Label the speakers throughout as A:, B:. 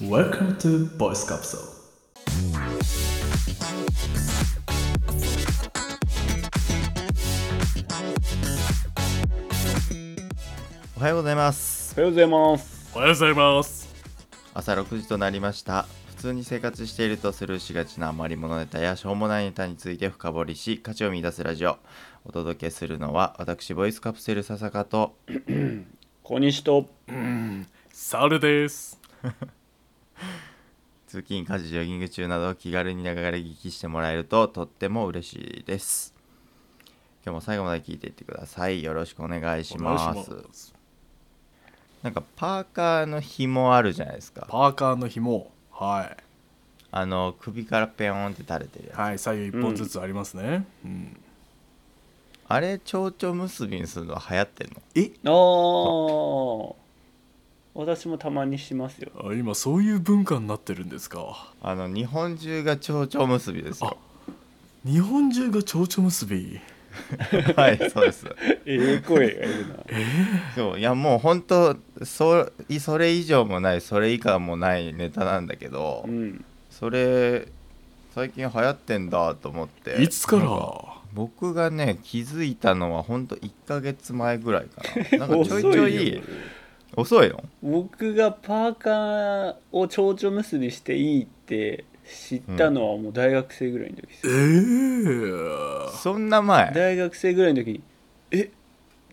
A: Welcome to Voice Capsule.
B: おはようございます
C: おはようございます。
A: おはようございます。
B: 朝6時となりました普通に生活しているとスルーしがちな余り物ネタやしょうもないネタについて深掘りし価値を見出すラジオお届けするのは私ボイスカプセル笹香と
C: 小西と
A: サルです。
B: 通勤家事ジョギング中など気軽に流れ聞きしてもらえるととっても嬉しいです今日も最後まで聞いていってくださいよろしくお願いします
A: お願いします
B: なんかパーカーの紐あるじゃないですか
A: パーカーの紐、は
B: あの首からペヨンって垂れてるや
A: い、
B: つ、
A: はい、左右一本ずつありますね。うん
B: あれ蝶々結びにするのは流行ってんの
A: え
C: ああ私もたまにしますよ
A: あ今そういう文化になってるんですか。
B: あの日本中が蝶々結びですよ。
A: 日本中が蝶々結び。
B: はい、そうです。
C: ええ声がいるな
B: そういやもう本当そそれ以上もないそれ以下もないネタなんだけど、
C: うん
B: それ最近流行ってんだと思って。
A: いつから
B: なん僕がね気づいたのは本当1ヶ月前ぐらいか な。なんかちょいちょい遅いの？
C: 僕がパーカーを蝶々結びしていいって知ったのはもう大学生ぐらいの時です
A: ええ
C: よ、
B: そんな前。
C: 大学生ぐらいの時にえ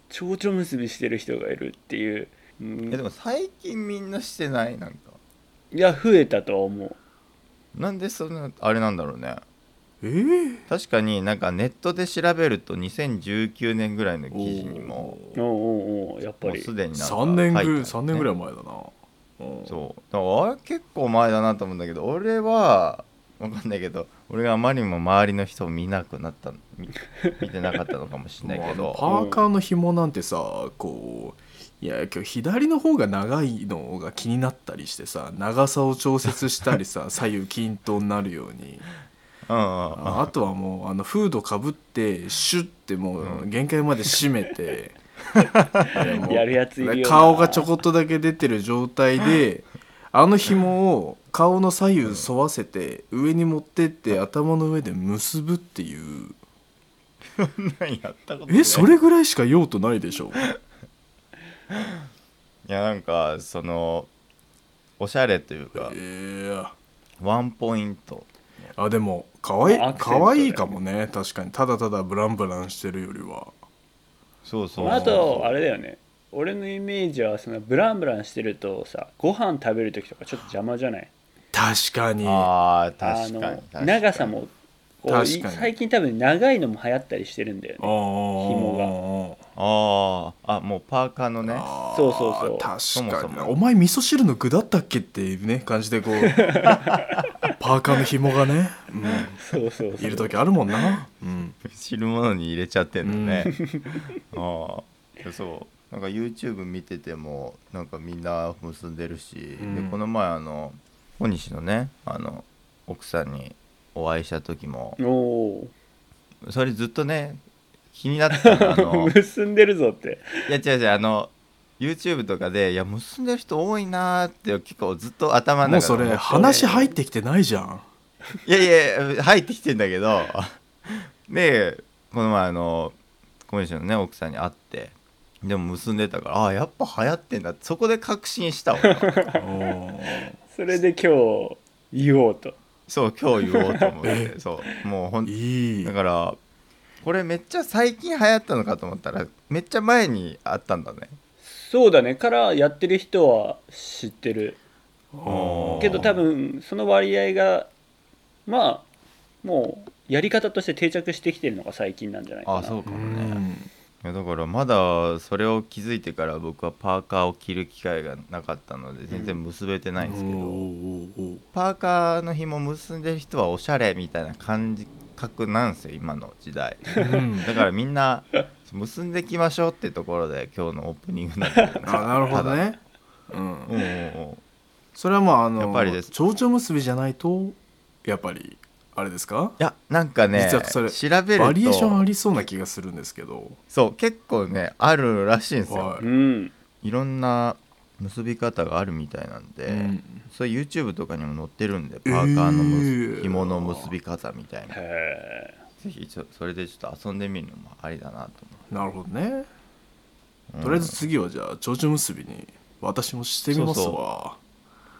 C: 蝶々結びしてる人がいるっていう、うん
B: えでも最近みんなしてないなんか。
C: いや増えたとは思う
B: なんでそんなあれなんだろうね。
A: え
B: 確かになんかネットで調べると2019年ぐらいの記事にも。
C: おうおうおうやっぱ
B: もう
C: り
B: すでになんか
A: 三年
B: 書いてある
A: ぐ
B: ね
A: 三年ぐらい前だな。うん
B: そうだからあれ結構前だなと思うんだけど俺は分かんないけど俺があまりにも周りの人を見なくなったの見見てなかったのかもしれないけ
A: もう
B: ど
A: あのパーカーの紐なんてさこういや今日左の方が長いのが気になったりしてさ長さを調節したり さ左右均等になるように
B: うんうんうん
A: ああとはもうあのフードかぶってシュッても
B: う
A: う限界まで締めて もう
C: やるやついるよな
A: 顔がちょこっとだけ出てる状態であの紐を顔の左右沿わせて上に持ってって頭の上で結ぶっていう
B: そんなんやったことない
A: えそれぐらいしか用途ないでしょ
B: いやなんかそのおしゃれというか
A: ええ
B: ワンポイント
A: あでも可愛い
C: アクセントだよ
A: 可愛いかもね確かにただただブランブランしてるよりは
B: そうそうそう
C: あとあれだよね俺のイメージはそのブランブランしてるとさご飯食べる時とかちょっと邪魔じゃない
A: 確かに
B: あー
C: あ
B: 確かに
C: の
B: 確かに
C: 長さもこう
A: 確
C: い
A: かに
C: 最近多分長いのも流行ったりしてるんだよね
A: 紐
B: あーあもうパーカーのね
C: そうそうそう
A: 確かに
B: そもそも
A: お前味噌汁の具だったっけっていうね感じでこ うパーカーの紐がね、う
C: そうそうそ
A: ん、
C: う
A: いる時あるもんな、うん、
B: 汁物に入れちゃってんのね、 ああそうなんか YouTube 見ててもなんかみんな結んでるし、
A: うん
B: でこの前あの小西のねあの奥さんにお会いした時も
C: おお
B: それずっとね気になってたの あのい
C: 結んでるぞって
B: や違う違うあの YouTube とかでいや結んでる人多いなーって結構ずっと頭の
A: もう
B: 中
A: そ
B: で
A: れ
B: 思って
A: 話入ってきてないじゃん
B: いやいや入ってきてんだけ どでこの前あの小西のね奥さんに会ってでも結んでたからああやっぱ流行ってんだってそこで確信した わ
C: それで今日言おうと
B: そう今日言おうと思 ってそうもうほ
A: お
B: ん
A: ーいい
B: だからこれめっちゃ最近流行ったのかと思ったらめっちゃ前にあったんだね
C: そうだねからやってる人は知ってる
A: おー
C: けど多分その割合がまあもうやり方として定着してきてるのが最近なんじゃないかな
B: ああそう
A: う
B: かもね
A: ん
B: いやだからまだそれを気づいてから僕はパーカーを着る機会がなかったので全然結べてないんですけど、
A: おーおーおー
B: パーカーの紐結んでる人はおしゃれみたいな感覚なんですよ今の 時代
A: うん
B: だからみんな結んできましょうってところで今日のオープニングなんだけど
A: あなるほどね、うん、
B: ただうんうんうん
A: それはまああの
B: やっぱりです
A: 蝶々結びじゃないとやっぱりあれですか
B: いやなんかね
A: 実はそれ
B: 調べ
A: バリエー
B: る
A: ションあ
B: と
A: りそうな気がするんですけど
B: そう結構ねあるらしいんですよ、
A: は
C: うん
B: い、ろんな結び方があるみたいなんで、
A: うん
B: それ YouTube とかにも載ってるんでパーカーのむす
A: えー
B: 紐の結び方みたいな、
C: へ
B: ぜひちょそれでちょっと遊んでみるのもありだなと
A: なるほどね
B: 思う、
A: とりあえず次はじゃあ長寿結びに私もしてみますわ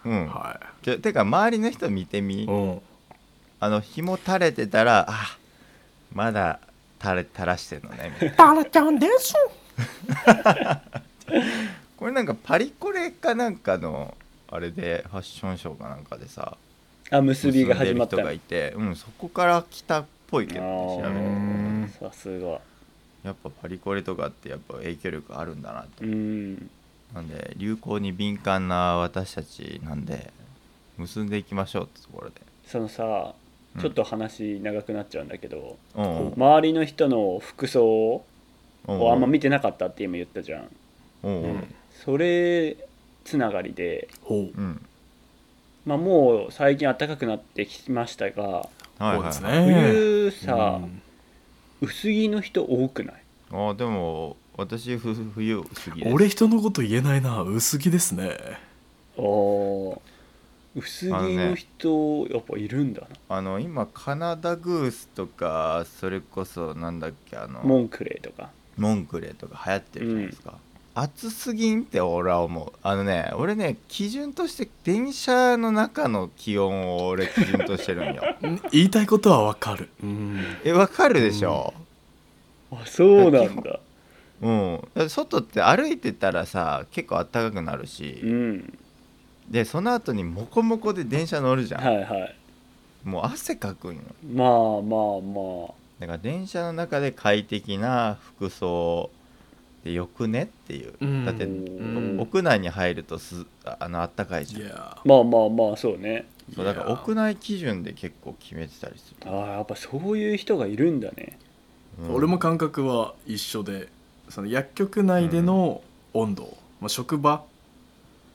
B: うん、うん
A: は
B: ちょてか周りの人見てみ
A: い、うん、
B: あの紐垂れてたらあまだ垂れ垂らしてんのねみたいな
A: タラちゃんです
B: これなんかパリコレかなんかのあれでファッションショーかなんかでさ
C: えあ結びが始まっ
B: 結
C: た
B: んでる人がいて、うん、そこから来たっぽいけどね、
C: あ
B: 調べ
A: う
B: ると
A: ん
C: さすが
B: やっぱパリコレとかってやっぱ影響力あるんだなと
C: うん
B: なんで流行に敏感な私たちなんで結んでいきましょうってところで
C: そのさ
B: うん
C: ちょっと話長くなっちゃうんだけど、
B: うんうん
C: 周りの人の服装
B: うん
C: をあんま見てなかったって今言ったじゃん
B: うんう
A: うんん
C: それつながりで、
A: ほう
B: うん
C: まあ、もう最近暖かくなってきましたが
B: はい
A: そう
B: はい
A: です
B: はい
A: ね
C: 冬さ、
A: うん
C: 薄着の人多くない
B: あーでも私ふ冬過ぎです
A: 俺人のこと言えないな薄着ですね
C: お薄着
B: あのね
C: の人やっぱいるんだな、
B: あの今カナダグースとかそれこそなんだっけあの
C: モンクレーとか
B: モンクレーとか流行ってるじゃないですか、暑すぎんって俺は思うあのね俺ね基準として電車の中の気温を俺基準としてるんよ
A: ん言いたいことはわかるうん
B: えわかるでしょ、
C: あそうなんだ
B: うんだって外って歩いてたらさ結構暖かくなるし、
C: うん
B: でその後にモコモコで電車乗るじゃん、
C: はいはい
B: もう汗かくんよ
C: まあまあまあ
B: だから電車の中で快適な服装でよくねっていう、
A: うん
B: だって
A: ん
B: 屋内に入るとすあの暖かいじゃ
A: い
B: ん
A: や
C: まあまあまあそうね
B: そうだから屋内基準で結構決めてたりす
C: あ
B: る、
C: ーやっぱそういう人がいるんだね
B: うん
A: 俺も感覚は一緒でその薬局内での温度、まあ、職場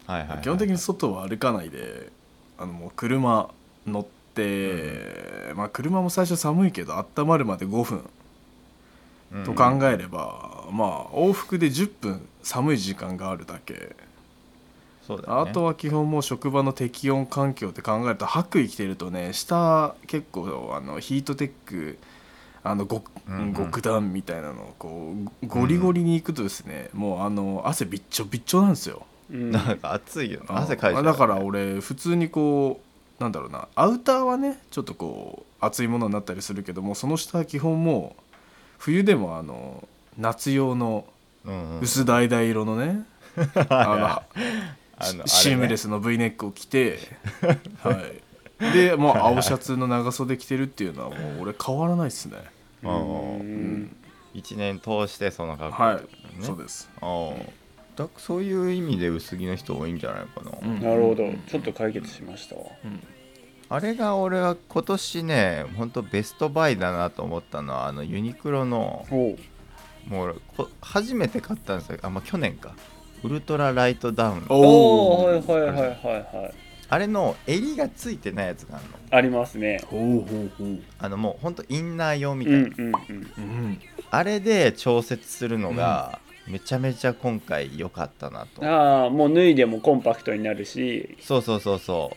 B: はいはいはい
A: 基本的に外は歩かないであのもう車乗って、まあ、車も最初寒いけど温まるまで5分
B: うん
A: と考えれば、まあ往復で10分寒い時間があるだけ
B: そうだよ
A: あ
B: ね
A: とは基本もう職場の適温環境って考えると白衣着てるとね下結構あのヒートテックあの極,、
B: うんうん
A: 極端みたいなのをこうゴリゴリに行くとですね、もうあの汗びっちょびっちょなんですよ
C: うん
B: なんか暑いよね汗かいて
A: あだから俺普通にこうなんだろうなアウターはねちょっとこう厚いものになったりするけどもその下は基本もう冬でもあの夏用の
B: うんうん
A: 薄橙色の ね、あの
B: あの
A: シシームレスの V ネックを着て、はい、でもう青シャツの長袖着てるっていうのはもう俺変わらないですね
B: あ
C: う
B: の
C: ん
B: 一年通してその格好
A: はい、
B: ってことね
A: そうです
B: ああだそういう意味で薄着の人多いんじゃないかな、
A: うん
C: なるほどちょっと解決しましたわ
B: あれが俺は今年ね本当ベストバイだなと思ったのはあのユニクロの
C: おう
B: もう俺こ初めて買ったんですよあまあ去年かウルトラライトダウン
A: お
C: お
A: ー
C: ーはいはいはいはいはい
B: あれの襟がついてないやつがあるの
C: ありますね
A: ほうほうほう
B: あのもうほんとインナー用み
C: う
B: たい
C: ん
B: な、
C: うんうん
A: うん
B: あれで調節するのがめちゃめちゃ今回良かったなと、
C: ああもう脱いでもコンパクトになるし
B: そうそうそうそ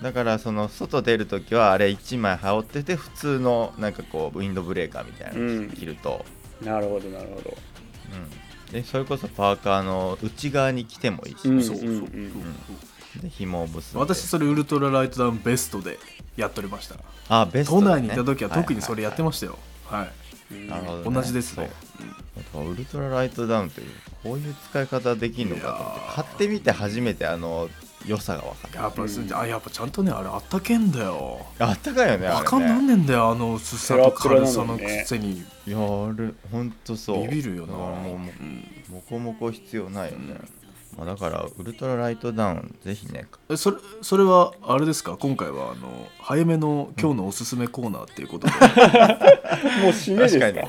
B: うだからその外出るときはあれ1枚羽織ってて普通のなんかこうウィンドブレーカーみたいなの着ると、
C: なるほどなるほど
B: うんでそれこそパーカーの内側に着てもいいし、
C: うん
A: そうそうそう、
C: うん
B: で紐を結んで
A: 私それウルトラライトダウンベストでやっておりました
B: あベスト
A: 都
B: だ
A: 内
B: ね
A: にいた時は特にそれやって
B: は
A: ましたよはい、
B: いはい
C: うん
B: はいなるほどね
A: 同じですね
B: そうウルトラライトダウンというこういう使い方できるのかと思って
A: いやー
B: 買ってみて初めてあの良さが分かる
A: やっぱ、あやっぱちゃんとねあれあったけんだよ
B: あったかいよねあれ
A: バ
B: ね
A: カになんねんだよあの薄さと軽さのくせに
B: いやーあれほんとそう
A: ビビるよな
B: だからもうも
A: うん
B: もこもこ必要ないよね、まあ、だからウルトラライトダウンぜひね
A: えそれそれはあれですか今回はあの早めの今日のおすすめコーナーっていうこと で、
C: もう締めですか
B: 確かに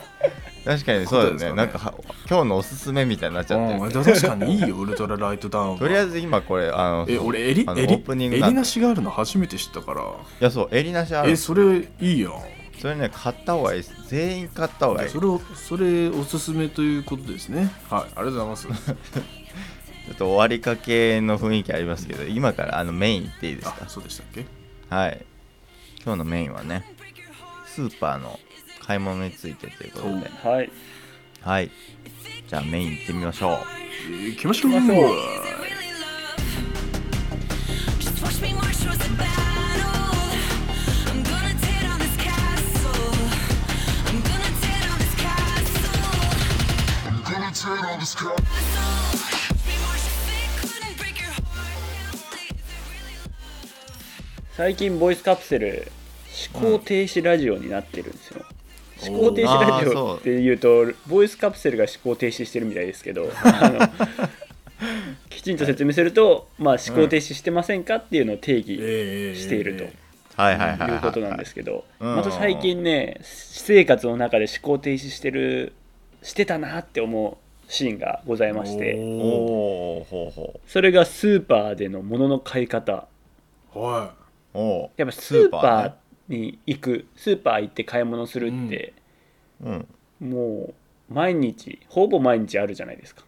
B: 確かにそうだ
A: そ
B: よ
A: うです
B: ね
A: よね
B: なんかは今日のおすすめみたいになっちゃってる
A: う
B: け
A: ん
B: ど、
A: でも確かにいいよウルトラライトダウンは
B: とりあえず今これあの
A: え俺襟
B: あのオ
A: 襟
B: ープニングなん
A: 襟
B: で
A: なしがあるの初めて知ったから
B: いやそう襟なしある
A: えそれいいやん
B: それね買った方がいいです全員買った方がいい
A: それをそれおすすめということですねはいありがとうございます
B: ちょっと終わりかけの雰囲気ありますけど今からあのメインいっていいです
A: あ
B: か
A: そうでしたっけ
B: はい今日のメインはねスーパーの買い物についてということで
C: はい
B: はいじゃあメイン行ってみましょ
A: 行きましょう
C: 行きましょう
D: Just watch me march towards the battle. I'm gonna tear down this castle. I'm gonna tear down this castle.
E: gonna turn on this car.
D: Watch me march if they couldn't break your heart. Now they- they really love-
C: 最近ボイスカプセル思考停止ラジオになってるんですよ、思考停止ラジ
B: おーあーそ
C: オ
B: う
C: っていうとボイスカプセルが思考停止してるみたいですけどあのきちんと説明すると、まあ、思考停止してませんかっていうのを定義い
A: え
C: していると
B: うはいはいはいは
C: うこと
B: い
C: なん
B: は
C: で
B: い
C: すけど
B: うん
C: また最近ね私生活の中で思考停止してるしてたなって思うシーンがございまして
B: お
A: おー
B: おほうほ
C: それがスーパーでの物の買い方
A: は
B: うお
C: やっぱスーパーに行くスーパー行って買い物するって、
B: ーうん
C: もう毎日ほぼ毎日あるじゃないですか、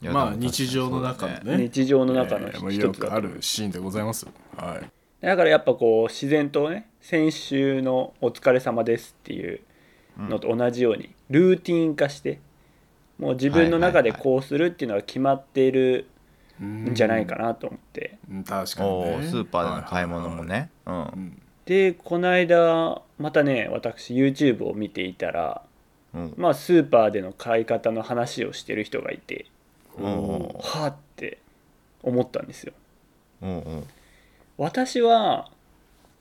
B: い
A: い
B: や
A: まあ
B: でも確かに
A: 日常の中の
B: そうだ
A: ね
C: 日常の中の
A: えーまあ
C: 一
A: よ
C: つだ
A: く
C: と
A: あるシーンでございますはい
C: だからやっぱこう自然とね先週の「お疲れ様です」っていうのと同じようにルーティン化してもう自分の中で
B: はいはいはい
C: こうするっていうのが決まっているんじゃないか
A: な
C: なと思って
A: 確かに
B: おー
A: ね
B: スーパーでの買い物もねうん
C: でこの間またね私 YouTube を見ていたら
B: うん
C: まあスーパーでの買い方の話をしてる人がいて
B: うんうん
C: はあって思ったんですよ
B: うんうん
C: 私は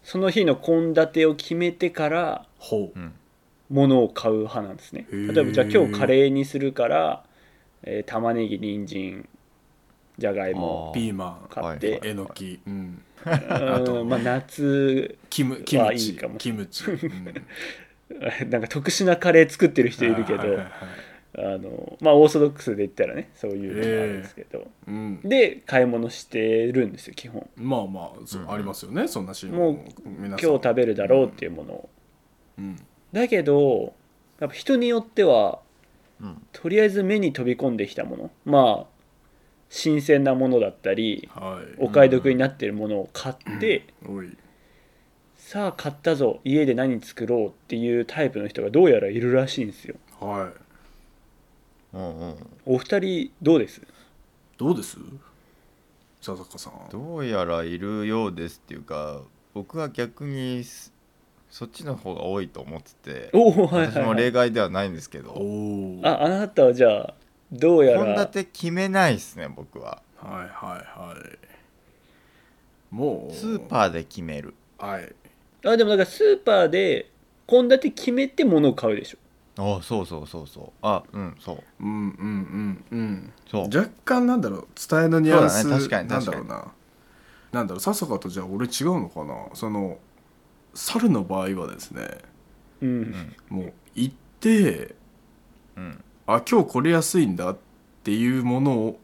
C: その日の献立を決めてから
A: ほう
B: うん
C: 物を買う派なんですね
A: へー
C: 例えばじゃあ今日カレーにするから、えー玉ねぎ人参じゃがいも
B: あ
A: ピーマン
C: 買っ
B: はい
C: て
B: はい
A: えのきうん
C: うんまあ夏
A: キムキム
C: いい
A: チ
C: かも
A: キムチうん
C: なんか特殊なカレー作ってる人いるけど
A: はいはいはいはい
C: あのまあオーソドックスで言ったらねそういうのがあるんですけど、
A: うん
C: で買い物してるんですよ基本
A: まあまあそう
B: うん
A: ありますよねそんなシーン
C: もう
A: 今
C: 今日食べるだろうっていうものを
A: うん
C: だけどやっぱ人によっては
B: うん
C: とりあえず目に飛び込んできたものまあ新鮮なものだったり
A: はい
C: お買い得になってるものを買って、
A: おい
C: さあ買ったぞ家で何作ろうっていうタイプの人がどうやらいるらしいんですよ
A: はい
B: うんうん
C: お二人どうです
A: どうです佐々さん
B: どうやらいるようですっていうか僕は逆にすそっちの方が多いと思ってて
C: おおはい
B: 私も
C: はい、は
B: 例
C: い、
B: 外ではないんですけど
A: おお
C: ああなたはじゃあどうや
B: 献
C: ら
B: 立決めないですね僕は
A: はいはいはいもう
B: スーパーで決める
A: ーはい
C: あでもだからスーパーで献立決めて物を買うでしょ
B: あそうそうそうそうあうんそう
A: うんうんうん
B: そううん
A: 若干なんだろう伝えのニュアンス、
B: そうだね確かに
A: なん
B: 確
A: だ
B: か
A: ろ
B: に
A: うななんだろうささかとじゃあ俺違うのかなその猿の場合はですね
C: うん、
A: もう行って
B: うん
A: あ今日これ安いんだっていうもの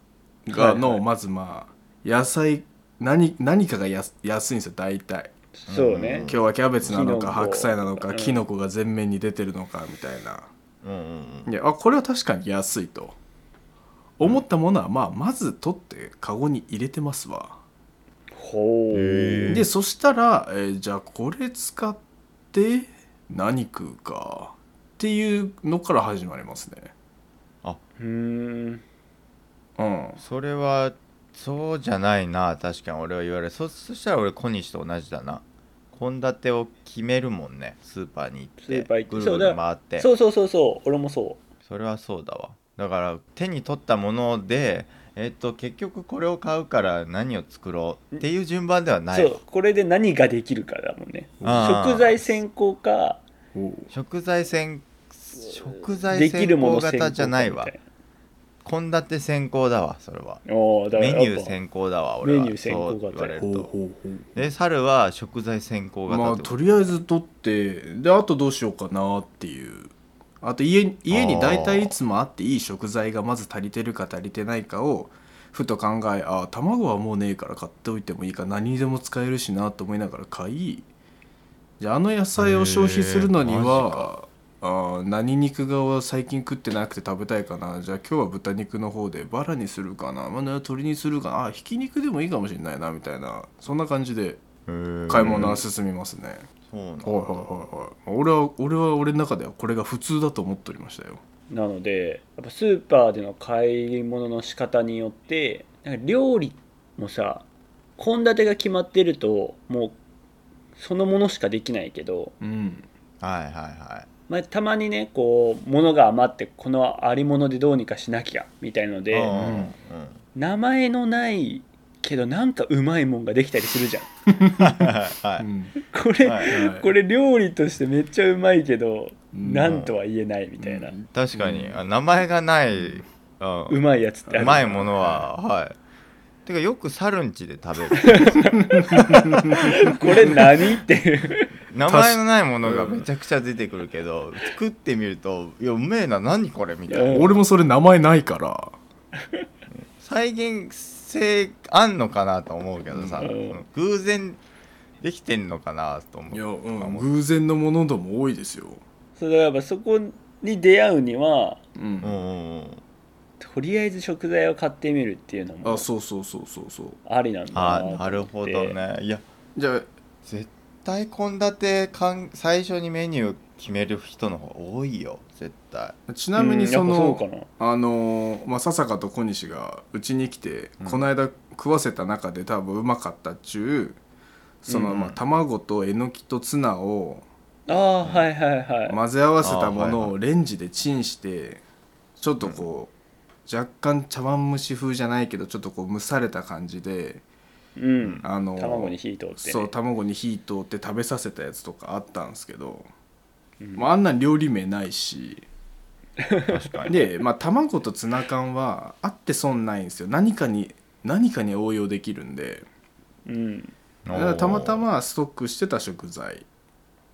A: がの、
C: はいはい
A: まずまあ野菜何何かがやす安いんですよ大体
C: そうね、
A: 今日はキャベツなのか
C: キノコ
A: 白菜なのか
C: うん
A: キノコが全面に出てるのかみたいな
B: うんうん
A: いやあこれは確かに安いと思ったものは、まあ、まず取ってカゴに入れてますわ
C: ほう
A: でそしたら、えーじゃあこれ使って何食うかっていうのから始まりますね
C: うーん
A: うん
B: それはそうじゃないな確かに俺は言われるそそしたら俺小西と同じだな献立を決めるもんねスーパーに行って
C: スーパー行って
B: ぐ
C: そ
B: る
C: う
B: ぐ
C: だ
B: る回って
C: そうそうそうそう俺もそ
B: それはそうだわだから手に取ったものでえっと結局これを買うから何を作ろうっていう順番では
C: う、
B: ない
C: そ
B: わ
C: うこれで何ができるかだもんね
B: あー
C: 食材先行か
A: おう
B: 食材先食材
C: でき
B: 先
C: るも
B: 行
C: の先行か
B: 型じゃないわ
C: みた
B: 献立先行だわそれは
C: なおーだから
B: メ
C: やっぱ
B: ニュー先行だわ俺は
C: メニュー先行型
B: そう言われる
A: ほう
B: と
A: ほうほう
B: で猿は食材先行型
A: まあ
B: ってこと
A: りあえず取ってであとどうしようかなっていうあと家に家に大体いつもあっていい食材がまず足りてるか足りてないかをふと考えあ卵はもうねえから買っておいてもいいか何にでも使えるしなと思いながら買いじゃああの野菜を消費するのに
B: へえマジ
A: はあー何肉が最近食ってなくて食べたいかなじゃあ今日は豚肉の方でバラにするかな、まあ、鶏にするかなあひき肉でもいいかもしれないなみたいなそんな感じで買い物は進みますね、
B: そうなんだ
A: はいはいはいはい俺は俺は俺の中ではこれが普通だと思っておりましたよ
C: なのでやっぱスーパーでの買い物の仕方によってなんか料理もさ献立が決まってるともうそのものしかできないけど、
A: うん
B: はいはいはい
C: まあ、たまにねこう物が余ってこのありものでどうにかしなきゃみたいので、
B: うんうん
C: 名前のないけどなんかうまいもんができたりするじゃん
B: は
A: う
B: い
A: ん
C: これ、
B: はい
A: はい
C: これ料理としてめっちゃうまいけど、
A: うん
C: なんとは言えないみたいな、う
A: うん
B: 確かにあ名前がないうん
C: まいやつってある
B: うまいものははいてかよくサルンチで食べる
C: これ何っていう
B: 名前のないものがめちゃくちゃ出てくるけど作ってみると「いやうめえな何これ」みたい
C: うん
B: な
A: 俺もそれ名前ないから
B: 再現性あんのかなと思うけどさ、
C: うん
B: 偶然できてんのかなと思う
A: い
B: い
A: や、うん、偶然のもの度も多いですよ、
C: そうだからやっぱそこに出会うには
A: うん
B: うんうんうん
C: とりあえず食材を買ってみるっていうのも
A: あそうそうそうそうそう
C: ありなんだな
B: あ
C: と思って
B: なるほどねいや
A: じゃあ
B: 絶対献立かん最初にメニュー決める人の方が多いよ絶対
A: ちなみにそ
C: うんやっ
A: の
C: ぱそうかな
A: あのーまあ笹香と小西がうちに来て、
B: うん
A: この間食わせた中で多分うまかったっちゅうその、
B: うんうん
A: まあ、卵とえのきとツナを
C: ああはいはいは い、
A: 混ぜ合わせたも
B: あーは
A: の
B: い
A: をレンジでチンしてちょっとこう、若干茶碗蒸し風じゃないけどちょっとこう蒸された感じで、
C: うん
A: あのー
C: 卵に火通って、ね、
A: そう卵に火通って食べさせたやつとかあったんですけど、
C: うん
A: まあ、あんなん料理名ないし
B: 確かに
A: で、まあ、卵とツナ缶はあって損ないんですよ何かに何かに応用できるんで
C: うん
B: お
A: だ
B: ー
A: からたまたまストックしてた食材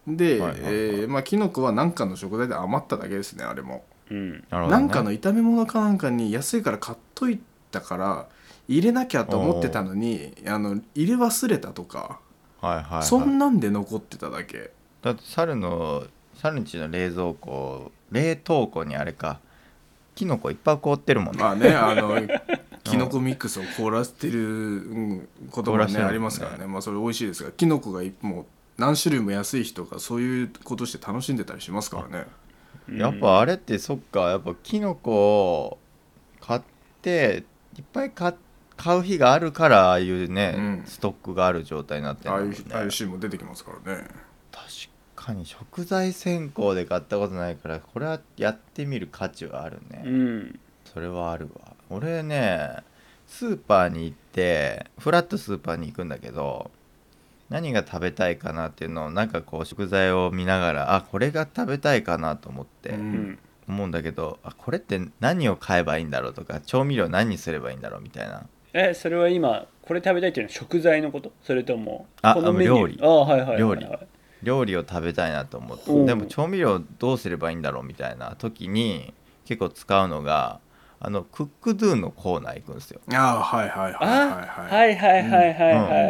A: で、
B: はいはいはい
A: えーまあキノコは何かの食材で余っただけですねあれも
C: うん
B: なるほど
A: 何、
B: ね
A: なんかの炒め物かなんかに安いから買っといたから入れなきゃと思ってたのにあの入れ忘れたとか、
B: はいはい、はい、
A: そんなんで残ってただけ
B: だって猿の猿んちの冷蔵庫冷凍庫にあれかキノコいっぱい凍ってるもんね
A: まあねあ のキノコミックスを凍らせてるうんことも
B: 凍らせ
A: ね
B: てるもんね
A: ありますからねまあそれ美味しいですがキノコがいもう何種類も安い人がそういうことして楽しんでたりしますからね
C: うん
B: やっぱあれってそっかやっぱキノコを買っていっぱい買買う日があるからああいうね、
A: うん
B: ストックがある状態になってる
A: ああ
B: も
A: い
B: ん
A: う
B: ね
A: ああいうシーンも出てきますからね
B: 確かに食材選考で買ったことないからこれはやってみる価値はあるね、
C: うん
B: それはあるわ俺ねスーパーに行ってフラットスーパーに行くんだけど何が食べたいかなっていうのをなんかこう食材を見ながらあこれが食べたいかなと思って、
A: う
C: うんん
B: 思うんだけどあこれって何を買えばいいんだろうとか調味料何にすればいいんだろうみたいな
C: えそれは今これ食べたいっていうのは食材のことそれとも
B: あ
C: このメニュ
B: あの料
C: ー
B: 理
C: あはいはいはいはい
B: 料理料理を食べたいなと思っ
C: ほ
B: て
C: う
B: でも調味料どうすればいいんだろうみたいな時に結構使うのがあのクックドゥのコーナー行くんですよ
A: ああはいはいはい
C: あ
A: はいはい
C: はいはいはいはいはい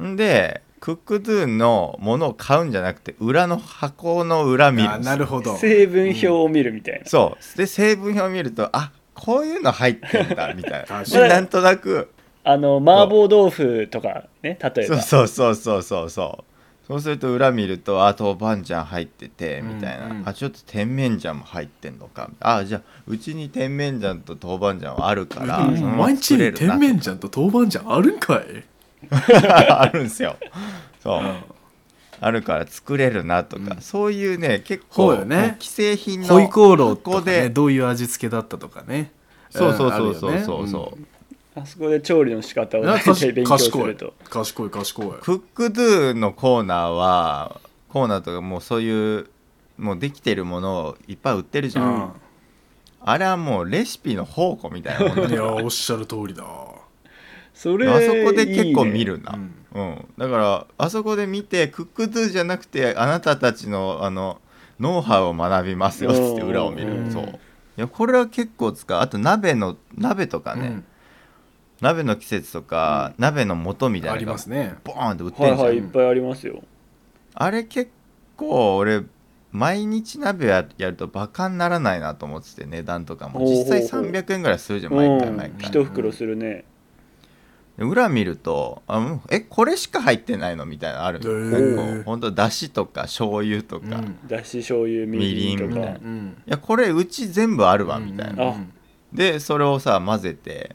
C: はい
B: んでクックドゥのものを買うんじゃなくて裏の箱の裏見る
A: あ
B: んですよ
A: なるほど
C: 成分表を見るみたいな、
B: そうで成分表を見るとあこういうの入ってんだみたいな
A: 確か
B: で
A: に
B: なんとなく
C: あの麻婆豆腐とかね例え
B: そう
C: ば
B: そうそうそうそうそうそうすると裏見るとあ豆板醤入ってて
A: うん
B: みたいな、
A: うん
B: あちょっと甜麺醤も入ってんのかあじゃあうちに甜麺醤と豆板醤はあるから、
A: うん
B: そのまま
A: 毎日
B: 作
A: に
B: れるな
A: 甜麺醤と豆板醤あるんかい
B: あるんですよそう、
A: ん
B: あるから作れるなとか、
A: うん
B: そういうね結
A: そ
B: 構
A: うよね
B: もう既製品 の
A: ホイコーローと
B: こ
A: か
B: こ
A: ね
B: で
A: どういう味付けだったとかね
B: そうそうん
A: ある
B: そ
A: よ
B: う
A: ね
B: そうそうそう、
A: ん
C: あそこで調理の仕方を
A: な
C: 大
A: か
C: 体
A: し
C: 勉強す
A: 賢
C: る
A: い
C: と
A: 賢い賢い
B: クックドゥのコーナーはコーナーとかもうそういうもうできてるものをいっぱい売ってるじゃん、
A: うん
B: あれはもうレシピの宝庫みたいなもん
A: い
B: だ
A: やおっしゃる通りだ。
C: それ
B: あそこで結構
C: いいね
B: 見るな
A: うん
B: うん、だからあそこで見てクックドゥじゃなくてあなたたちのあのノウハウを学びますよっつって裏を見
C: うんうんう
B: る
A: ん
B: そういやこれは結構使うあと鍋の鍋とかね、鍋の季節とか、鍋の素み
A: うん
B: たい
A: あ
B: な
A: り
B: の
A: ま
B: が
A: すね。
B: ボーンって売って
C: は
B: んじゃ
C: い
B: ん、
C: はいいっぱいありますよ
B: あれ結構俺毎日鍋ややるとバカにならないなと思ってて値段とかも
C: ほうほう
B: 実
C: ほう
B: 際300円ぐらいするじゃん
C: う
B: 毎回
C: ん
B: 毎回
C: 一袋するね
B: で裏見るとあうんえこれしか入ってないのみたいなのある
A: へー
B: 結構ほんとだしとか醤油と
A: うん
B: か、い
C: だし醤油みりん
B: み
C: と
B: りんみたいな
C: か
A: うん
B: やこれうち全部あるわみたいな、
C: あ
B: でそれをさ混ぜて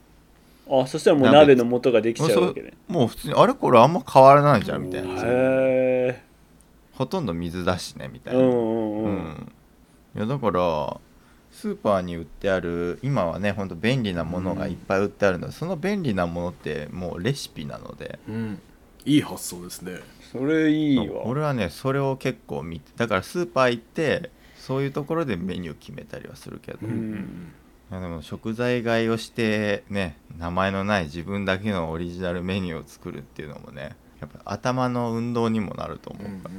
C: あそしたらもう鍋の素ができちゃうわけね
B: そうもう普通にあれこれあんま変わらないじゃんみたいな
C: へ
B: ほとんど水だしねみた
C: え
B: いうな、
C: んうん
B: う
C: うん
B: んいやだからスーパーに売ってある今はねほんと便利なものがいっぱい売ってあるので、その便利なものってもうレシピなので
A: うんいい発想ですね
C: それいいわ
B: 俺はねそれを結構見てだからスーパー行ってそういうところでメニュー決めたりはするけど、
C: う
B: い
C: ん
B: やでも食材買いをしてね名前のない自分だけのオリジナルメニューを作るっていうのもねやっぱ頭の運動にもなると思う
A: うんうん
B: か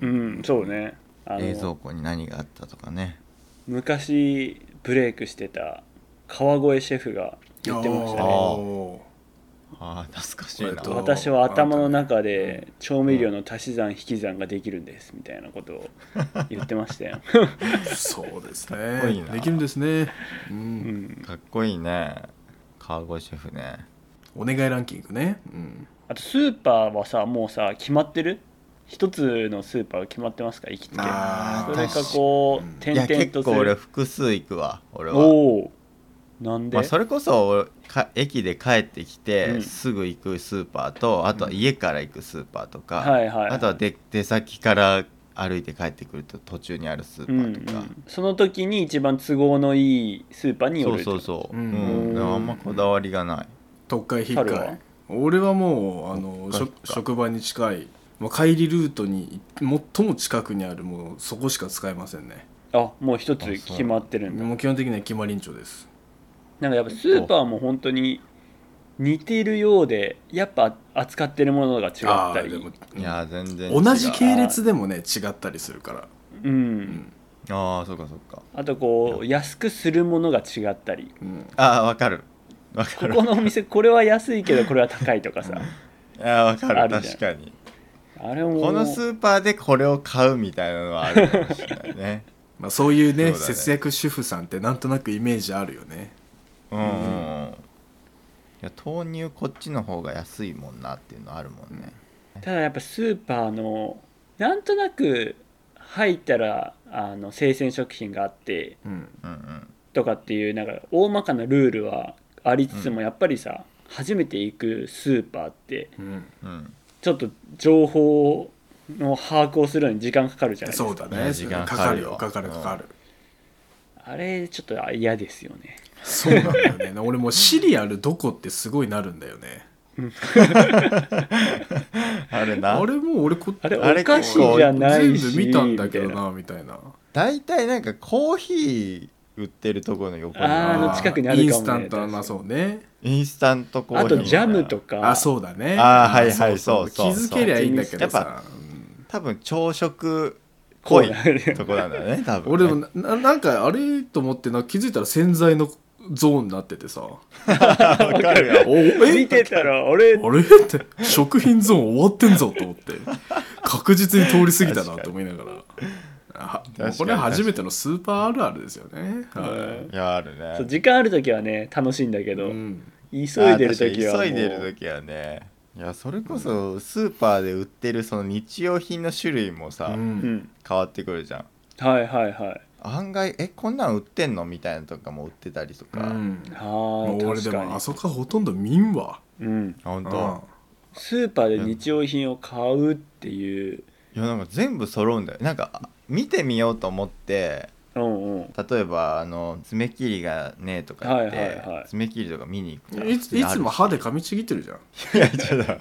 C: うんそうねあ
B: ら、冷蔵
C: の
B: 庫に何があったとかね
C: 昔ブレイクしてた川越シェフが言ってました
B: あ
C: ね
B: ー
A: お ー
B: ああ懐かしい
A: これ
B: な
A: どう
C: 私は頭の中で調味料の足し算引き算ができるんですみたいなことを言ってましたよ、
A: そうです
B: っこいい
A: ね
B: な
A: できるんですねう
C: うんん、
B: かっこいいね川越シェフね
A: お願いランキングねうん
C: あとスーパーはさもうさ決まってる一つのスーパーが決まってますから行きつけ
A: あ
C: そ
A: ー
C: れかこう
B: いや
C: 転々
B: 結
C: と
B: 構
C: す
B: 俺
C: る
B: 複数行くわ俺は、
C: おおなんで、
B: まあ、それこそ俺か駅で帰ってき
C: う
B: て
C: ん
B: すぐ行くスーパーとあとは家から行くスーパーとか、
C: はいはいはい
B: あとは出出先から歩いて帰ってくると途中にあるスーパ
C: うんう
B: ーとか、
C: ん、その時に一番都合のいいスーパーによ
B: そう
C: る
B: そうそう、う
A: うん
B: ん
C: うん
B: あんまこだわりがない
A: 特会引っ
C: 猿は
A: か俺はもうあの
B: 特会
A: 職職場に近いもう帰りルートに最も近くにあるもうそこしか使えませんね
C: あもう一つ決まってるんだ
A: もう基本的には決まりんちょです
C: なんかやっぱスーパーも本当に似てるようでやっぱ扱ってるものが違
A: あ
C: った
A: ーで
C: り
A: も
B: いや全然違う
A: 同じ系列でもね違ったりするから
C: うん
B: ああそっかそっか
C: あとこう安くするものが違ったり
A: うん
B: ああわかるわか
C: こ
B: る
C: このお店これは安いけどこれは高いとかさ
B: ああわか
C: あ
B: る
C: るじゃん
B: 確かに
C: あれも
B: このスーパーでこれを買うみたいなのはあるかもしれ ないね
A: まあ、そういうね
B: そうだね
A: 節約主婦さんってなんとなくイメージあるよね
B: うんうんうん、いや豆乳こっちの方が安いもんなっていうのあるもんね、
C: ただやっぱスーパーのなんとなく入ったらあの生鮮食品があって
A: うん
B: うん、うん
C: とかっていうなんか大まかなルールはありつつもやっぱりさ初めて行くスーパーって
A: うん
B: うん
C: ちょっと情報の把握をするのに時間かかるじゃないです
A: そ
C: か
A: うだ
B: いや
A: ね
B: 時間
A: か
B: か
A: か
B: か
A: る
B: る
A: よ
B: よ
A: かかるかかる、
C: あれちょっと嫌ですよね
A: そうなんだよね 俺もうシリアルどこってすごいなるんだよね
B: あるな
A: あれもう俺こ
C: あれ
B: あれ
C: お菓子じゃないし
A: 全部見たんだけど
C: み
A: なみた
C: たい
A: いな
B: 大体なんかコーヒー売ってるところの横に
C: あの
B: は
C: 近くにあるかもね
A: インスタント
C: 確か
A: まあ
C: に
A: そうね
B: インスタントコーヒ
C: あ
B: ーみたい
C: と
B: な
C: ジャムとか
A: あそうだね
B: あーはいはいそうそう
A: 気づけりゃいいんだけど
B: やっ
A: さ
B: 多分朝食っ
C: こ
B: ぽ
C: う
B: い
C: なる
B: とこなんだよね多分
A: 俺
B: ね
A: でもなななんかあれと思ってな気づいたら洗剤のゾーンになっててさ
B: わかるよ
A: おえ
C: 見てたらあれ
A: あれって食品ゾーン終わってんぞと思って確実に通り過ぎたなと思いながらあ
B: かに
A: これは初めてのスーパーあるあるですよね、はい
B: やあるね
C: そう時間ある時はね楽しいんだけど、
A: いうん、
C: 急
B: あ
C: いでる
B: 確か
C: 時
B: に
C: はもう
B: 急いでる時はねいやそれこそスーパーで売ってるその日用品の種類もさ、
A: うん
C: うん
B: 変わってくるじゃん
C: はいはいはい
B: 案外えこんなん売ってんのみたいなのとかも売ってたりとか、
A: うん
C: あ
A: もう
C: ー
A: 俺で
C: 確かに
A: もあそこはほとんど見んわ、
C: うん、
B: あ本
A: う
B: 当
A: ん、
C: スーパーで日用品を買うっていう
B: いやなんか全部揃うんだよなんかあ見てみようと思って
C: うんうん
B: 例えばあの爪切りがねえとか言って、
C: はいはいはい
B: 爪切りとか見に行くから
A: いついつも歯で噛みちぎってるじゃん
B: いやちょっと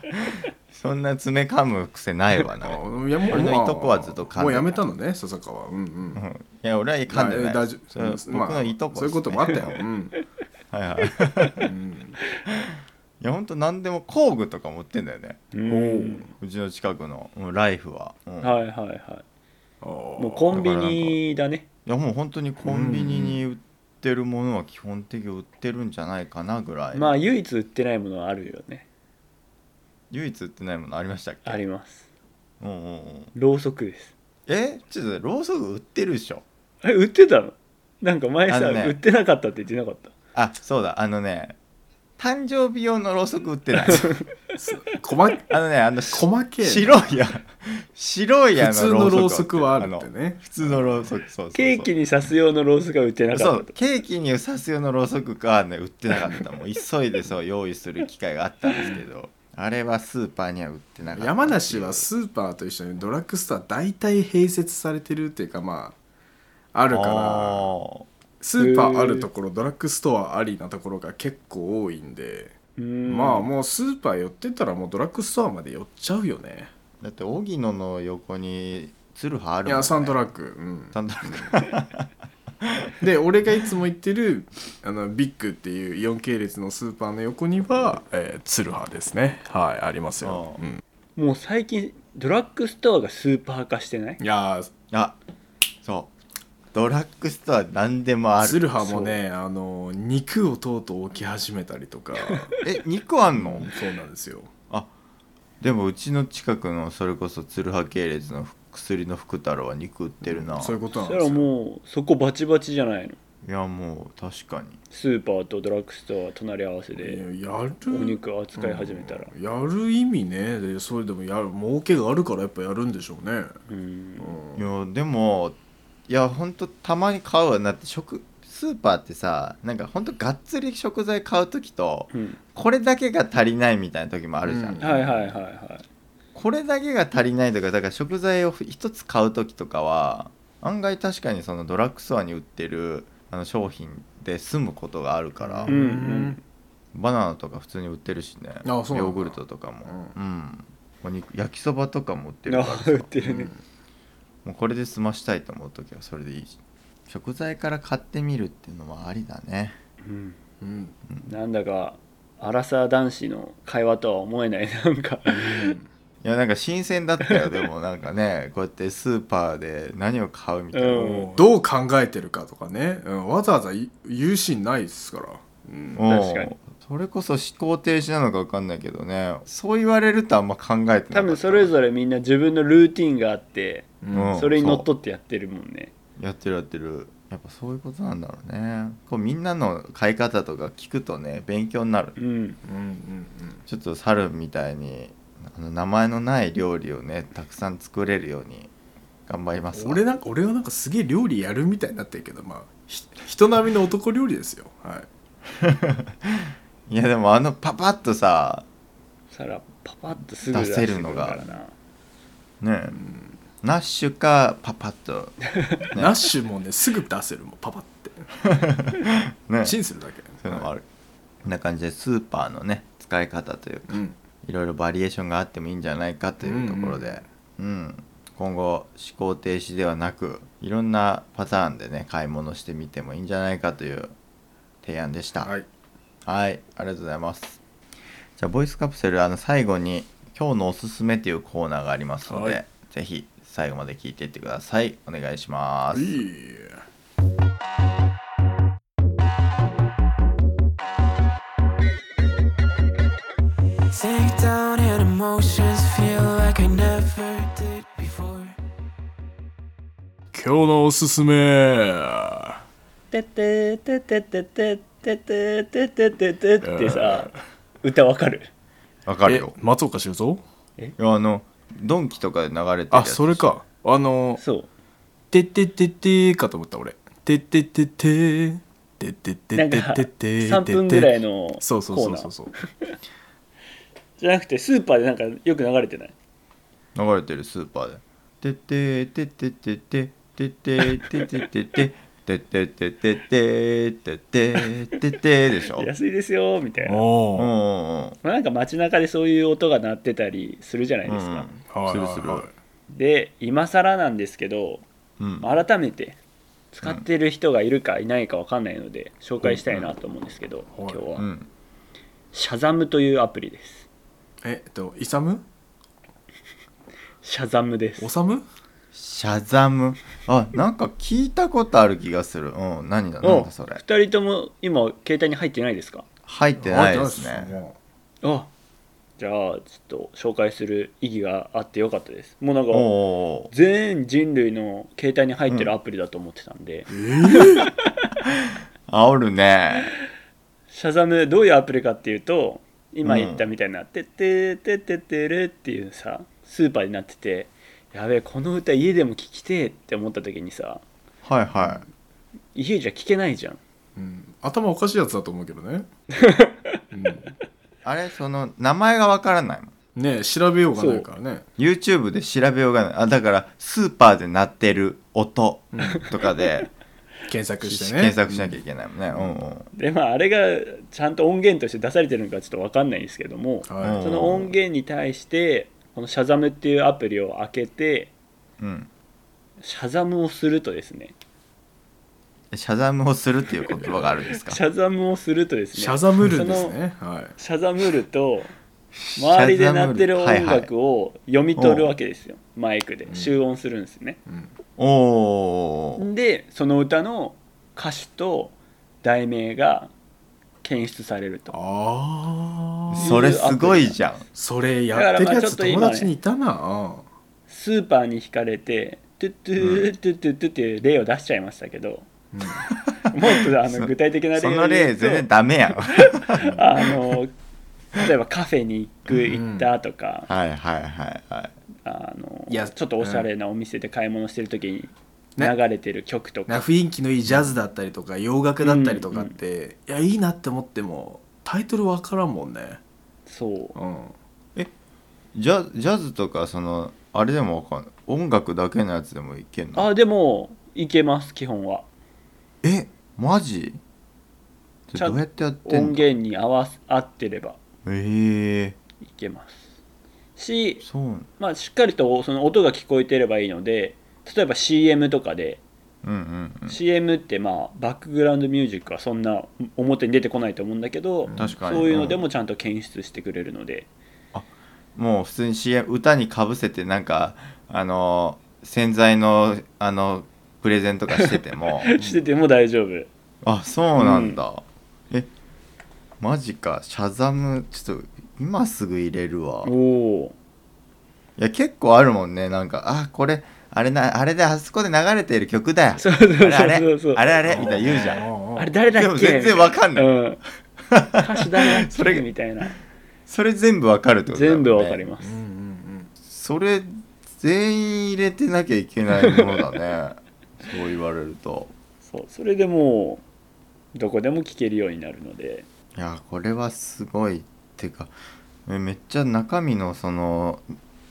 B: そんな爪噛む癖ないわな、
A: あ
B: う
A: いやも
B: 俺のいとこはずっと噛んでた
A: もうやめたのね笹川うんうん
B: んいや俺は噛んでない
A: 大丈
B: そ
A: 夫
B: れ
A: うんまあ
B: 僕のいとこ
A: そういうこともあったよ、うん
B: はいはいい
A: うん
B: やほんと何でも工具とか持ってんだよね
C: うん
B: うちの近くの、うんライフは、うん
C: はいはいは
A: あ
C: いもう
A: ー
C: コンビニだね
B: いやもう本当にコンビニに売ってるものは基本的に売ってるんじゃないかなぐらい、
C: まあ唯一売ってないものはあるよね
B: 唯一売ってないものありましたっけ
C: あります
B: うんうんうん
C: ろうそくです
B: えちょっと待ってろうそく売ってるでしょ
C: え売ってたのなんか前
B: あ
C: さ、
B: のね
C: 売ってなかったって言ってなかった
B: あそうだあのね誕生日用のろうそく売っ てない
A: 細け
B: あのねあのし
A: 細けえ
B: 白いや白いや
A: 普通のろうそくはある
B: 売
A: って
B: る
A: ね
B: 普通のろうそくそうそうそう
C: ケーキに刺す用のロースが売ってな
B: そ
C: かった
B: う
C: と
B: ケーキに刺す用のろうそくがね売ってなかったもう急いでそう用意する機会があったんですけどあれはスーパーには売ってなかった
A: 山梨はスーパーと一緒にドラッグストア大体併設されてるっていうかまああ
B: あ
A: るから
B: ー
A: スーパーあるところドラッグストアありなところが結構多いんで
C: うーん
A: まあもうスーパー寄ってたらもうドラッグストアまで寄っちゃうよね
B: だって荻野の横に鶴葉ある
A: い
B: もん、ね、
A: やサンドラッグうん
B: サンドラッグ
A: で俺がいつも行ってるあのビッグっていうイオン系列のスーパーの横には、えー、ツルハですねはいありますよ、
B: う
A: うん、
C: もう最近ドラッグストアがスーパー化してない
A: いや
B: あそうドラッグストア何でもあ
A: ー
B: る
A: ツルハもねあの肉をとうとう置き始めたりとか
B: え肉あんの
A: そうなんですよ
B: でもうちの近くのそれこそ鶴葉系列の薬の福太郎は肉売ってるな
A: そういうこと
C: そ
A: なん
C: した
A: です
C: ら
A: よ
C: もうそこバチバチじゃないの
B: いやもう確かに
C: スーパーとドラッグストア隣り合わせで
A: いややる
C: お肉扱い始めたら
A: うんやる意味ねでそれでもやる儲けがあるからやっぱやるんでしょうね、
C: うん
B: いやでもいやほんとたまに買うわなって食スーパーってさなんかほんとがっつり食材買う時と
C: うん
B: これだけが足りないみたいな時もあるじゃん、
A: うん
C: はいはいはいは
B: これだけが足りないとかだから食材を一つ買う時とかは案外確かにそのドラッグストアに売ってるあの商品で済むことがあるから、
C: うんうん
B: バナナとか普通に売ってるしね
A: あそうなんだ
B: ヨーグルトとかも、うんお肉焼きそばとかも売って
C: い
B: る
C: な
B: からさ
C: 売ってるね
B: もうこれで済ましたいと思う時はそれでいいし食材から買ってみるっていうのはありだね
C: うん
A: うん
C: なんだかアラサー男子の会話とは思えないなんか
B: いやなんか新鮮だったよでもなんかねこうやってスーパーで何を買うみたいな、
C: う
B: うん
C: ん
A: どう考えてるかとかね、うん、わざわざ言う言うシーンないですから、うん、
C: 確かに
B: それこそ思考停止なのか分かんないけどねそう言われるとあんま考えてない
C: 多分それぞれみんな自分のルーティンがあって
B: うん
C: それにのっとってやってるもんね
B: やってるやってるやっぱそういうことなんだろうねこうみんなの買い方とか聞くとね勉強になる
C: うん
A: うんうん
B: ちょっと猿みたいにあの名前のない料理をねたくさん作れるように頑張ります
A: うん、
B: わ
A: 俺なんか俺はなんかすげえ料理やるみたいになってるけどまあひ人並みの男料理ですよはい
B: いやでもあのパパッとさ
C: さらパパッとすぐ出してくるから
B: 出せ
C: な
B: ね、ナッシュかパパッと、
A: ナッシュもねすぐ出せるもんパパって
B: ね、そ
A: チ
B: うい
A: ンするだけ
B: うのもある、こんな感じでスーパーのね使い方というか
A: うん
B: いろいろバリエーションがあってもいいんじゃないかというところで、うん今後思考停止ではなくいろんなパターンでね買い物してみてもいいんじゃないかという提案でした。
A: はい
B: はい、ありがとうございます。じゃあ、ボイスカプセル、あの、最後に、今日のおすすめというコーナーがありますので、
A: はい
B: ぜひ、最後まで聞いていってください。お願いします。
A: いい今日のおすすめ
C: ててててててててててててってさ歌わかる
B: わかる
A: え
B: よ。
A: 松岡修造
B: いや、あの、ドンキとかで流れてるや
A: あ
B: つ
A: それ。かあの
C: そ
A: 「てってってって」かと思った俺「てってってって」「てってって
C: う
A: っ
C: なん
A: て
C: か
A: ってって」
C: 3分ぐらいのコーナー
A: そうそうそうそうそう
C: じゃなくてスーパーでなんかよく流れてない
B: 流れてる、スーパーで。てってててててててててててててててててててててでしょ。
C: 安いですよみたいな、
B: うんう
A: おー
B: んうん。
C: まあ、なんか街中でそういう音が鳴ってたりするじゃないですか、
A: はい
B: す
A: は
B: る
A: い
B: する
A: はい。
C: で今更なんですけど
B: うん。
C: 改めて使ってる人がいるかいないかわかんないので紹介したいなと思うんですけど、
A: うん
C: 今日は、
B: うん。
C: シャザムというアプリです
A: えっとイサム
C: シャザムです
A: おさむ
B: シャザムあなんか聞いたことある気がするうん何だなん
C: お
B: だそれ
C: 2人とも今携帯に入ってないですか
B: 入ってないです
A: あ入ってないです
B: ね
A: ね
C: あじゃあちょっと紹介する意義があってよかったですもうなんか
B: おー
C: 全人類の携帯に入ってるアプリだと思ってたんで、
B: 煽るね
C: シャザムどういうアプリかっていうと今言ったみたいな「てっててててる」っていうさスーパーになっててやべえこの歌家でも聴きてえって思った時にさ
B: はいは
C: 家じゃ聴けないじゃん
A: うん、頭おかしいやつだと思うけど ね、うん、
B: いあれその名前がわからないもん
A: ねえ調べようがないからね
B: YouTube で調べようがないあだからスーパーで鳴ってる音とか で、
A: 検索してね
B: 検索しなきゃいけないもんね、うんうん
C: でまああれがちゃんと音源として出されてるのかちょっと分かんないんですけどもそ
A: はい、
B: うん
C: の音源に対してこのシャザムっていうアプリを開けて
B: うん
C: シャザムをするとですね
B: シャザムをするっていう言葉があるんですか
C: シャザムをするとですね
A: シャザムルンですねはい
C: シャザムると周りで鳴ってる音
B: はいはい
C: 楽を読み取るわけですよ、マイクで集音するんですね、
B: おー
C: でその歌の歌手と題名が検出されると
A: ああ
B: それすごいじゃん
A: それやってるやつ
C: だからまあちょっと今
A: 友
C: ね
A: 達にいたな、
C: スーパーに惹かれてトゥトゥトゥトゥトゥっていう例を出しちゃいました けど、
A: うん
C: もっとあ
B: そ
C: の具体的な例
B: そ
C: を
B: の
C: 言
B: 例
C: う
B: 全然
C: と
B: ダメ やん
C: あの例えばカフェに行く
A: うん
C: 行ったとか、
B: はいはいはいはい
C: あの
A: いや
C: ちょっとおしゃれなお店で買い物してる時に
A: ね
C: 流れてる曲とか、
A: な雰囲気のいいジャズだったりとか洋楽だったりとかって、いやいいなって思ってもタイトルわからんもんね
C: そう
A: うん
B: ジャジャズとかそのあれでもわかんない音楽だけのやつでもいけんの
C: あでもいけます基本は
B: えマジ
C: ちゃん
B: どうやってやって
C: 音
B: んの
C: 源に合わす合ってれば
B: ええ
C: いけますし、
B: そうなの
C: まあ、しっかりとその音が聞こえてればいいので例えば CM とかで、
B: うんうん、うん、
C: CM ってまあバックグラウンドミュージックはそんな表に出てこないと思うんだけど
B: 確かに
C: そういうのでもちゃんと検出してくれるので、
B: もう普通に CM 歌にかぶせてなんかあの洗剤のあのプレゼントとかしてて も
C: してても大丈夫
B: あそうなんだ、えマジかシャザムちょっと今すぐ入れるわ
C: お
B: い
C: お
B: や結構あるもんねなんかあこれあれなあれであそこで流れている曲だよ
C: そうそうそう
B: あれあ
C: そ
B: れ
C: うそう
B: あれあれみたいな言うじゃん
A: ん
C: あれ誰だっけ
B: でも全然わかんない
C: うん、歌手誰だっけ
B: それ
C: みたいな
B: それ全部わかるってことだもん
C: 全
B: ね
C: 部わかります、
A: うんうん
B: それ全員入れてなきゃいけないものだね そう言われると
C: そうそれでもうどこでも聴けるようになるので
B: いやこれはすごいってかえめっちゃ中身のその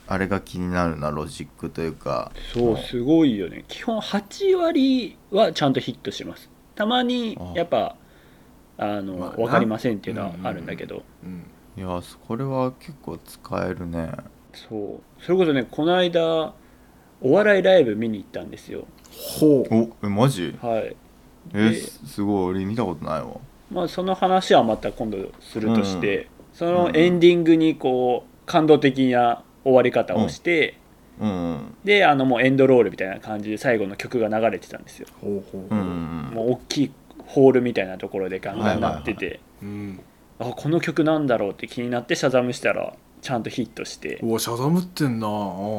B: あれが気になるなロジックというか
C: そう
B: はい
C: すごいよね基本8割はちゃんとヒットしますたまに
B: あ
C: やっぱあの、
A: まあな
C: 分かりませんっていうのはあるんだけど、
A: うんうん
B: いやこれは結構使えるね
C: そうそれこそねこの間お笑いライブ見に行ったんですよ
A: ほう
B: おえマジ
C: はい
B: え
C: です
B: ごい俺見たことないわ
C: まあその話はまた今度するとして、そのエンディングにこう感動的な終わり方をして、
B: うん
C: であのもうエンドロールみたいな感じで最後の曲が流れてたんですよ
A: ほうほう
B: う
A: ほ
B: んう
A: うん
C: もう大きいホールみたいなところでガンガンなってて、
A: うん
C: あこの曲なんだろうって気になってシャザムしたらちゃんとヒットして
A: うわシャザムってんなう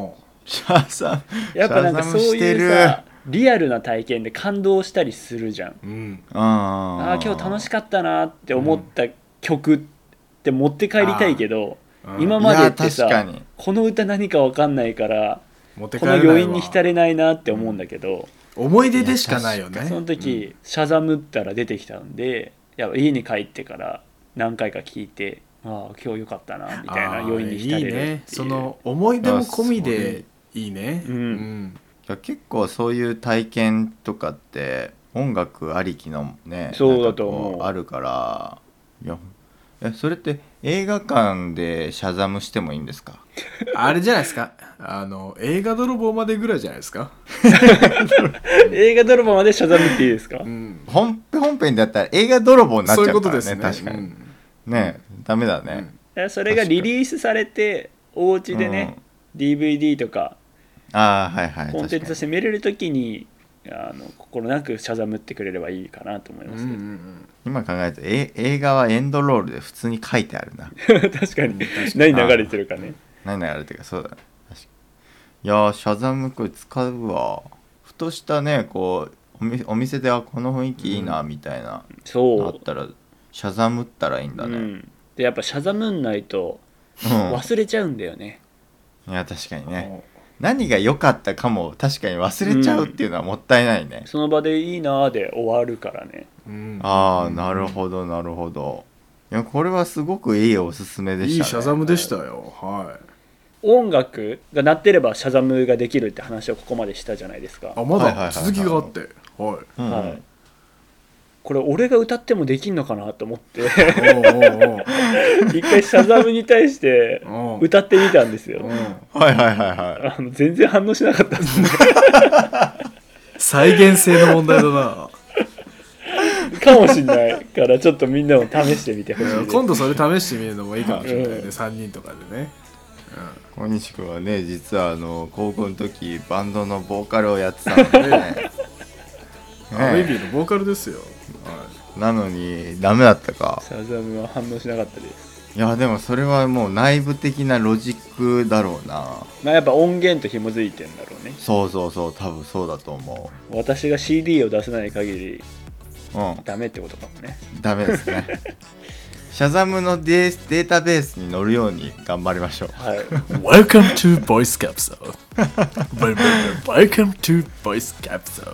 A: ん
B: シャーさん
C: やっぱなんかそうい
B: シ
C: う
B: ャザムして
C: さリアルな体験で感動したりするじゃん
A: うん
B: あ
C: あー今日楽しかったなって思った曲って持って帰りたいけど、
A: うん
C: 今までって
B: いや
C: さ
B: 確かに
C: この歌何か分かんないから
A: 持って帰
C: こ
A: れ
C: の
A: ないわ
C: 余韻に浸れないなって思うんだけど、
A: 思い出でしかないよね
C: その時、シャザムったら出てきたんでやっぱ家に帰ってから何回か聞いてああ今日良かったなみたいな
A: あー
C: 余韻に浸れるっていう
A: いねその思い出も込みでいいね
C: うん
B: いや結構そういう体験とかって音楽ありきのね
C: そうだと思う
B: なんかこあるからいやえそれって映画館でシャザムしてもいいんですか
A: あれじゃないですかあの映画泥棒までぐらいじゃないですか
C: 映画ドラマまでシャザムっていいですか
A: うん
B: 本本編だったら映画泥棒になっち
A: そ
B: ゃ
A: う
B: う
A: いう
B: か
A: こと
B: らね
A: ですね
B: 確かに、
A: うん
B: ねダメだね、
C: えそれがリリースされてお家でね、DVD とか
B: ああはいはい
C: コンテンツとしてて見れるときにあの心なくシャザムってくれればいいかなと思います
A: うんう
C: け
A: んう
C: ど、
A: ん
B: 今考えるとえ映画はエンドロールで普通に書いてあるな
C: 確かに何流れてるかね
B: 何流れてるかそうだな確かにいやーシャザムこれ使うわふとしたねこうおみお店ではこの雰囲気いいなみたいな、
C: そう
B: あったらシャザムったらいいんだね、
C: う
B: うん
C: ん、でやっぱシャザムんないと忘れちゃうんだよね、
B: いや確かにね何が良かったかも確かに忘れちゃうっていうのはもったいないね、
C: その場でいいなーで終わるからね
A: うん
B: ああなるほどなるほどいやこれはすごくいいおすすめでした、ね、
A: いいシャザムでしたよはい
C: 音楽が鳴ってればシャザムができるって話をここまでしたじゃないですか
A: あま
B: はいはいはいは
A: だ
B: い
A: 続きがあってはい
B: うん
C: はいこれ俺が歌ってもできんのかなと思って
A: おう
C: 一回シャザムに対して
A: おうおう
C: 歌ってみたんですよ
A: うんうん
B: はいはいはいはい
C: あの全然反応しなかったですね
A: 再現性の問題だな
C: かもしんないからちょっとみんなも試してみてほしい
A: いや
C: です
A: 今度それ試してみるのもいいかもしれないね
C: うん
A: 3人とかでね
B: 小西君はね実はあの高校の時バンドのボーカルをやってたんだよね
A: アベビ
B: ね
A: ーのボーカルですよは
B: なのにダメだったか
C: シャザムは反応しなかったです
B: いやでもそれはもう内部的なロジックだろうな
C: まあやっぱ音源と紐づいてんだろうね
B: そうそうそう多分そうだと思
C: 私が CD を出せない限り
B: ううん
C: ダメってことかもね
B: ダメですねシャザムのデーデータベースに乗るように頑張りましょう
C: はい
A: Welcome to Voice Capsule Welcome to Voice Capsule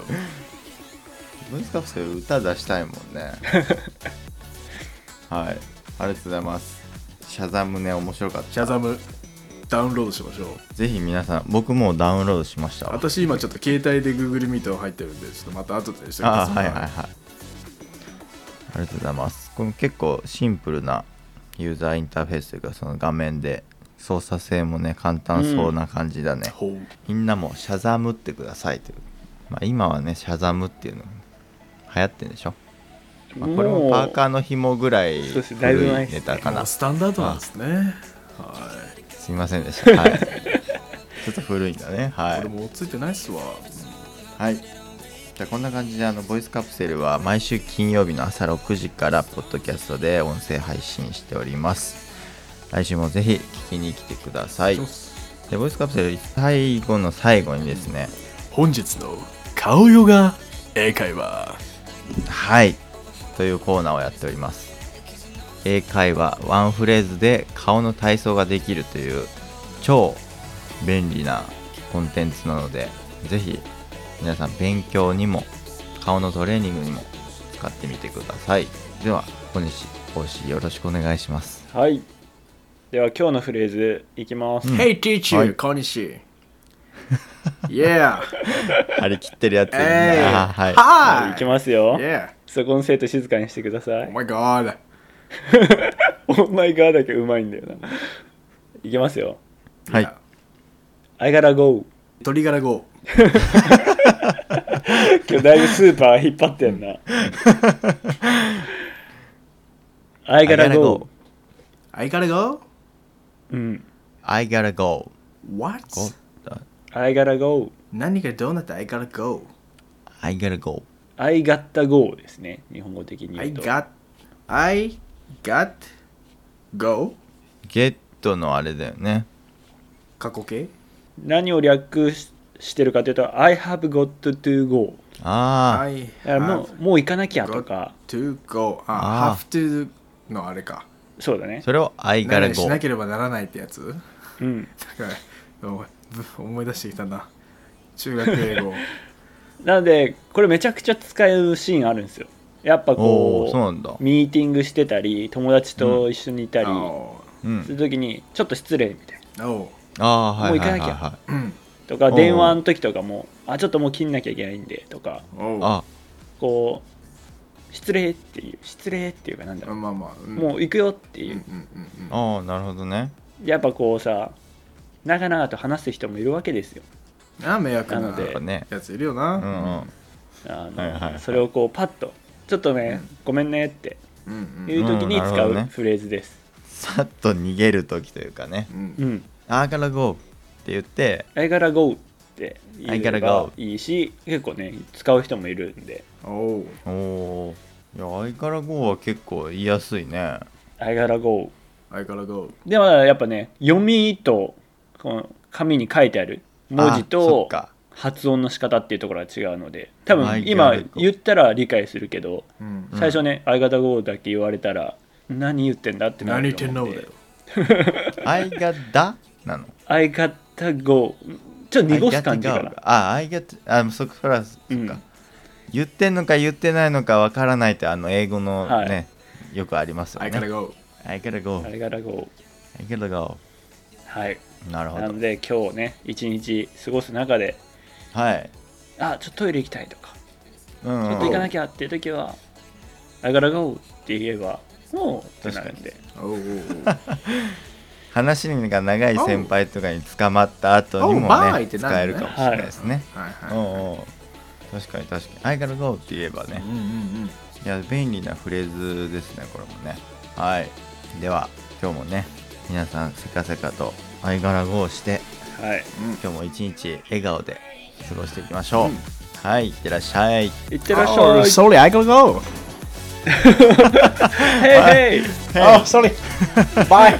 B: ボイスカプセル歌出したいもんねはいありがとうございますシャザムね面白かった
A: シャザムダウンロードしましょう
B: ぜひ皆さん僕もうダウンロードしましたわ
A: 私今ちょっと携帯で Google Meet を入ってるんでちょっとまた後でしてく
B: あ
A: だ
B: あ
A: さ
B: はいはいはいありがとうございますこれ結構シンプルなユーザーインターフェースというかその画面で操作性もね簡単そうな感じだね、
A: ほう
B: みんなもシャザムってくださいという、まあ、今はねシャザムっていうの流行ってんでしょ、まあ、これもパーカーの紐ぐらい
C: そうですだいぶ
B: 古
C: 前
B: い
C: ですね
B: ネタか
A: も
B: な
A: うスタンダードなんですね
B: すみませんでした。はい。ちょっと古いんだね。は
A: これ
B: い。
A: もうついてないっすわ
B: はい。じゃあこんな感じであのボイスカプセルは毎週金曜日の朝6時からポッドキャストで音声配信しております。来週もぜひ聞きに来てください。でボイスカプセル最後の最後にですね、
A: 本日の顔ヨガ英会話
B: はいというコーナーをやっております英会話ワンフレーズで顔の体操ができるという超便利なコンテンツなのでぜひ皆さん勉強にも顔のトレーニングにも使ってみてくださいでは小西講師よろしくお願いします
C: はいでは今日のフレーズいきます、
A: Hey
B: はい
A: teacher 小 西 Yeah
B: 張り切ってるやついいな
A: Hey
B: はい
C: はいいき
A: Hi
C: ますよ、
A: Yeah
C: そこの生徒静かにしてくださ
A: Oh
C: い
A: my god
C: お前がだけうまいんだよないきますよ
B: はい
A: Yeah
C: I gotta go
A: 鳥柄語
C: 今日だいぶスーパー引っ張ってん な I gotta go
A: 相変わ
B: I gotta go
A: go What?
B: Go
C: I gotta go
A: 何がどうなって相変わら go
B: I gotta go
C: I gotta go ですね日本語的に言
A: I
C: うと
A: got I got go
B: ゲットのあれだよね
A: 過去形
C: 何を略ししてるかというと I have got to go
B: ああ
A: I
C: だからも
A: have
C: うもう行かなきゃと
A: got
C: か
A: to go
B: あ
A: あ have to のあれか
C: そうだね
B: それを I
A: 何
B: gotta
A: 々しな
B: go
A: ければならないってやつ
C: うん
A: だからおぶ思い出してきたな中学英 語
C: なのでこれめちゃくちゃ使うシーンあるんですよやっぱ
B: お
C: こ
B: お
C: う
B: そうなんだ
C: ミーティングしてたり友達と一緒にいたり
A: お
B: う
C: す
B: ん
C: るときにちょっと失礼みたいな
A: お
B: ああーはいはいはい
C: もう行か
B: は
C: ないとか
B: おう
C: 電話の時とかもあちょっともう切んなきゃいけないんでとか
A: おう
B: あ
C: こう失礼っていう失礼っていうかなんだろう
A: まあまあ、うん、
C: もう行くよって
A: う
C: い
A: ん
C: う
A: うんうん
B: あーなるほどね
C: やっぱこうさ長々と話す人もいるわけですよ
A: うんあ迷惑
C: な
A: な
C: ので
B: やっぱね
A: やついるよな
B: うんうん
C: あの、
B: はいはいはい
C: それをこうパッとちょっとね、ごめんねって
A: うんうん
C: いう時に
B: うんな
C: 使
B: るほど
C: う
B: ね
C: フレーズです、
B: さっと逃げる時というかね
A: うん
C: うん
B: 「あーから go」って言って
C: I gotta go って言
B: I
C: うの
B: gotta
C: が
B: go
C: いいし結構ね使う人もいるんで
A: おう
B: おおいや相から GO は結構言いやすいね
C: I gotta go
A: 相から GO
C: でもやっぱね読みとこの紙に書いてある文字
B: あそっ
C: と
B: か
C: 発音の仕方っていうところが違うので多分
B: I gotta
C: 今
B: go
C: 言ったら理解するけど
A: うん
C: 最初ね「I gotta go」だけ言われたら何言ってんだってな
A: 何言
C: る
A: っ
C: と
A: てんの
C: 思うん
A: だ
C: で
A: よ
B: 相がだなの
C: 「I gotta go」ちょっと濁す感じか
B: I gotta
C: な
B: go ああ I got あそっかそらそっか、
C: うん
B: 言ってんのか言ってないのかわからないってあの英語の
C: はい
B: ね、よくありますよね
A: 相から GO
B: I gotta go
C: I gotta go
B: I gotta go
C: はい
B: なるほ
C: な
B: ど
C: ので今日ね一日過ごす中で
B: はい
C: あちょっとトイレ行きたいとか
B: うんうん
C: ちょっと行かなきゃっていう時は「I gotta go」って言えばもうってなるんで
A: おうおう
B: 話が長い先輩とかに捕まった後に
A: おうバ
B: も
A: ー
B: ね
A: イってな
B: 使え
A: る
B: る
A: ね
B: かもしれないですね、
A: おうはい
B: おう
A: は
B: おう確かに確かに「I gotta go」って言えばね
A: いうんうんうん
B: いや便利なフレーズですねこれもねはいでは今日もね皆さんせかせかと「I gotta go」して
C: はい
B: 今日も一日笑顔で過ごしていきましょう、はいいってらっしゃい
C: いってらっしゃ
A: Oh,
C: い
A: sorry, I gotta go.
C: ヘイヘイ
A: Oh, sorry. Bye.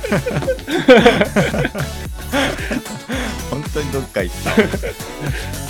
B: 本当にどっか行った